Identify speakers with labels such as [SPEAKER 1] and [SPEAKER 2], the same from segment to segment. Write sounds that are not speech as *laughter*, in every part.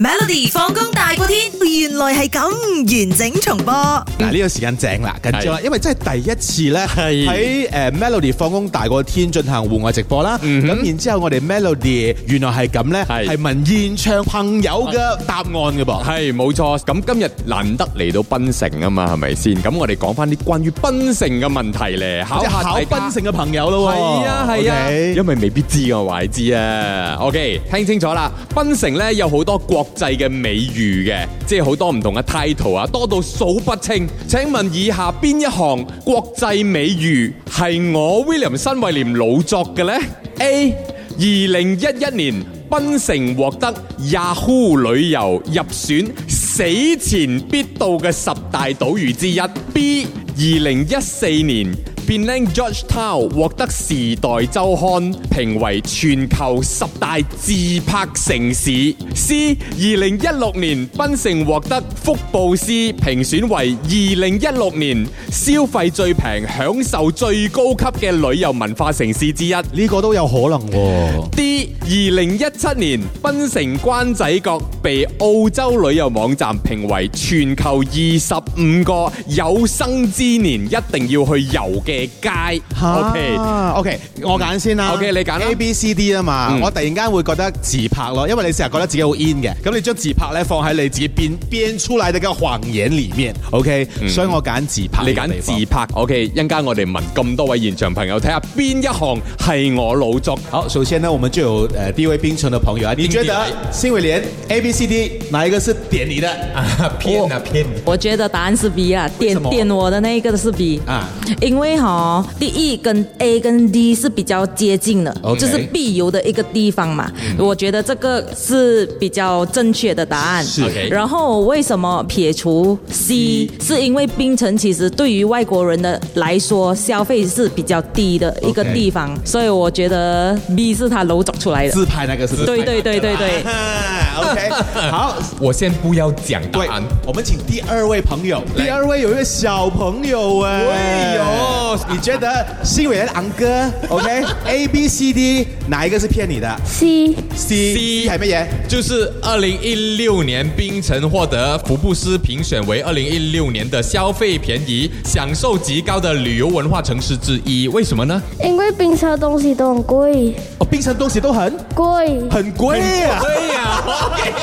[SPEAKER 1] Melody 放工大過天，原來係咁完整重播。
[SPEAKER 2] 嗱呢個時間正啦，緊張啦，因為真係第一次咧
[SPEAKER 3] 係
[SPEAKER 2] 喺誒 Melody 放工大過天進行戶外直播啦。咁然之後我哋 Melody 原來係咁咧，
[SPEAKER 3] 嗯係
[SPEAKER 2] 係問現場朋友嘅答案嘅噃。
[SPEAKER 3] 係冇錯，咁今日難得嚟到檳城啊嘛，係咪先？咁我哋講翻啲關於檳城嘅問題咧，考
[SPEAKER 2] 即係
[SPEAKER 3] 下
[SPEAKER 2] 考
[SPEAKER 3] 大家
[SPEAKER 2] 檳城嘅朋友咯喎。
[SPEAKER 3] 係啊係啊
[SPEAKER 2] OK
[SPEAKER 3] 因為未必知我話你知啊。OK，聽清楚啦，檳城咧有好多國際嘅美譽嘅，即係好多唔同嘅 title 啊，多到數不清。請問以下邊一項國際美譽係我 William 新威廉老作嘅呢 a 二零一一年檳城獲得 Yahoo 旅遊入選死前必到嘅十大島嶼之一。B 二零一四年。Penang Georgetown 獲得《時代周刊》評為全球十大自拍城市。C 二零一六年檳城獲得福布斯評選為二零一六年消費最平、享受最高級嘅旅遊文化城市之一。
[SPEAKER 2] 呢個都有可能喎。
[SPEAKER 3] D 二零一七年，檳城關仔角被澳洲旅遊網站評為全球二十五個有生之年一定要去遊嘅街。OK，
[SPEAKER 2] OK，我揀先啦。
[SPEAKER 3] OK，你揀啦
[SPEAKER 2] A、B、C、D 啊嘛，
[SPEAKER 3] 嗯
[SPEAKER 2] 我突然間會覺得自拍咯，因為你成日覺得自己好 in 嘅，咁你將自拍咧放喺你自己變變出來嘅個謊言裡面。OK，所以我揀自拍。
[SPEAKER 3] 嗯你揀自拍。OK，一陣間我哋問咁多位現場朋友，睇下邊一項係我老作。
[SPEAKER 2] 好，首先呢，我们就有呃第一位冰城的朋友啊，你觉得新伟廉 A B C D 哪一个是点 *laughs* 你的？啊，
[SPEAKER 4] 骗啊骗！
[SPEAKER 5] 我觉得答案是 B 啊，点
[SPEAKER 2] 什么
[SPEAKER 5] 点我的那一个是 B
[SPEAKER 2] 啊，
[SPEAKER 5] 因为哈、第一跟 A 跟 D 是比较接近的
[SPEAKER 2] OK 嗯
[SPEAKER 5] 就是 B 游的一个地方嘛。我觉得这个是比较正确的答案。
[SPEAKER 2] 是
[SPEAKER 3] OK
[SPEAKER 5] 然后为什么撇除 C？是因为槟城其实对于外国人的来说，消费是比较低的一个
[SPEAKER 2] OK
[SPEAKER 5] 地方所以我觉得 B 是他揉找出来的。
[SPEAKER 2] 自拍那个是不是
[SPEAKER 5] 对对对对对。
[SPEAKER 2] 啊，OK，好，
[SPEAKER 3] *laughs*
[SPEAKER 4] 我先不要讲答
[SPEAKER 2] 喂
[SPEAKER 4] 案，，
[SPEAKER 2] 我们请第二位朋友，
[SPEAKER 4] 来
[SPEAKER 2] 第二位有一位小朋友哎，
[SPEAKER 3] 喂哟
[SPEAKER 2] 你觉得新伟廉昂哥 *laughs* OK A B C D 哪一个是骗你的
[SPEAKER 6] C
[SPEAKER 2] ？C
[SPEAKER 4] C
[SPEAKER 2] 系乜嘢？
[SPEAKER 4] 就是二零一六年槟城获得福布斯评选为二零一六年的消费便宜、享受极高的旅游文化城市之一。为什么呢？
[SPEAKER 6] 因为冰车东西都很贵，
[SPEAKER 2] 哦，冰城东西都很
[SPEAKER 6] 贵。
[SPEAKER 2] 很贵
[SPEAKER 4] *laughs*
[SPEAKER 2] 啊，
[SPEAKER 4] 对呀、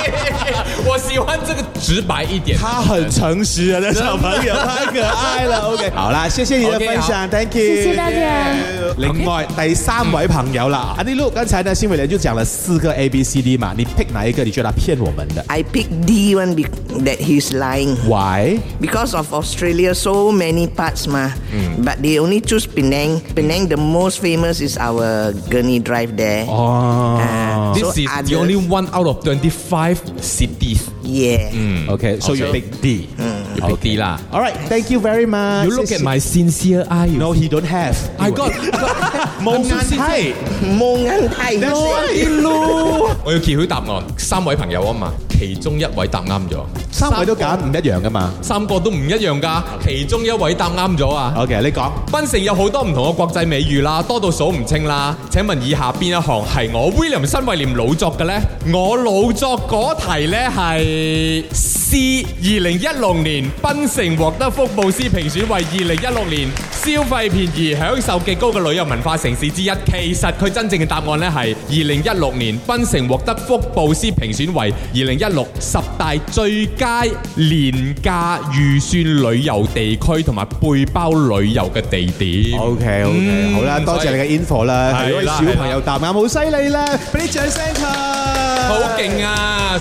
[SPEAKER 4] 我喜欢这个直白一点。
[SPEAKER 2] 他很诚实啊，这小朋友太可爱 *laughs* 了。OK，好啦，谢谢你的
[SPEAKER 4] OK，
[SPEAKER 2] 分享，Thank you，
[SPEAKER 6] 谢谢大家。
[SPEAKER 2] 另外第三位朋友啦，阿迪路，刚才呢新伟人就讲了四个 A B C D 嘛，你 pick 哪一个？你觉得他骗我们的
[SPEAKER 7] I picked D one be- that he's lying
[SPEAKER 2] ？Why？
[SPEAKER 7] because of Australia so many parts ma but they only choose Penang Penang the most famous is our Gurney Drive there
[SPEAKER 2] Oh. 哦
[SPEAKER 7] Ah, so
[SPEAKER 4] This is
[SPEAKER 7] others-
[SPEAKER 4] the only one out of twenty-five cities。
[SPEAKER 7] yeah
[SPEAKER 2] OK，so you
[SPEAKER 4] Okay
[SPEAKER 2] pick D。
[SPEAKER 3] Mm.
[SPEAKER 4] You pick D 啦。
[SPEAKER 2] All right，thank you very much。
[SPEAKER 4] You look
[SPEAKER 2] 谢
[SPEAKER 4] at
[SPEAKER 2] 谢
[SPEAKER 4] my sincere eye.
[SPEAKER 2] No, he don't have.
[SPEAKER 4] I got.
[SPEAKER 2] *laughs*
[SPEAKER 4] *laughs*
[SPEAKER 2] 冇
[SPEAKER 4] I'm so
[SPEAKER 2] 眼
[SPEAKER 4] sincere.
[SPEAKER 2] 睇。
[SPEAKER 7] Mongan Thai
[SPEAKER 2] That's it. *laughs*
[SPEAKER 4] 我要揭曉答案，三位朋友啊嘛，其中一位答啱咗，
[SPEAKER 2] 三位都揀唔一樣噶嘛。
[SPEAKER 4] 三個都唔一樣㗎，其中一位答啱咗啊！
[SPEAKER 2] OK，你講。
[SPEAKER 4] 檳城有好多唔同嘅國際美譽啦，多到數唔清啦。請問以下邊一項係我 William 新威廉老作嘅呢？我老作嗰題呢係 C 二零一六年檳城獲得福布斯評選為二零一六年消費便宜、享受極高嘅旅遊文化城市之一。其實佢真正嘅答案呢係二零一六年檳城獲得福布斯評選為二零一六十大最佳廉價預算旅遊地區同埋背包旅遊嘅地點。
[SPEAKER 2] OK，OK，好啦，
[SPEAKER 4] 嗯
[SPEAKER 2] 多謝你嘅
[SPEAKER 4] 所
[SPEAKER 2] info
[SPEAKER 4] 係
[SPEAKER 2] 啦。
[SPEAKER 4] 啦
[SPEAKER 2] 係位小朋友答啱，好犀利啦！俾啲掌聲佢。
[SPEAKER 4] 好
[SPEAKER 2] 好
[SPEAKER 4] 勁啊！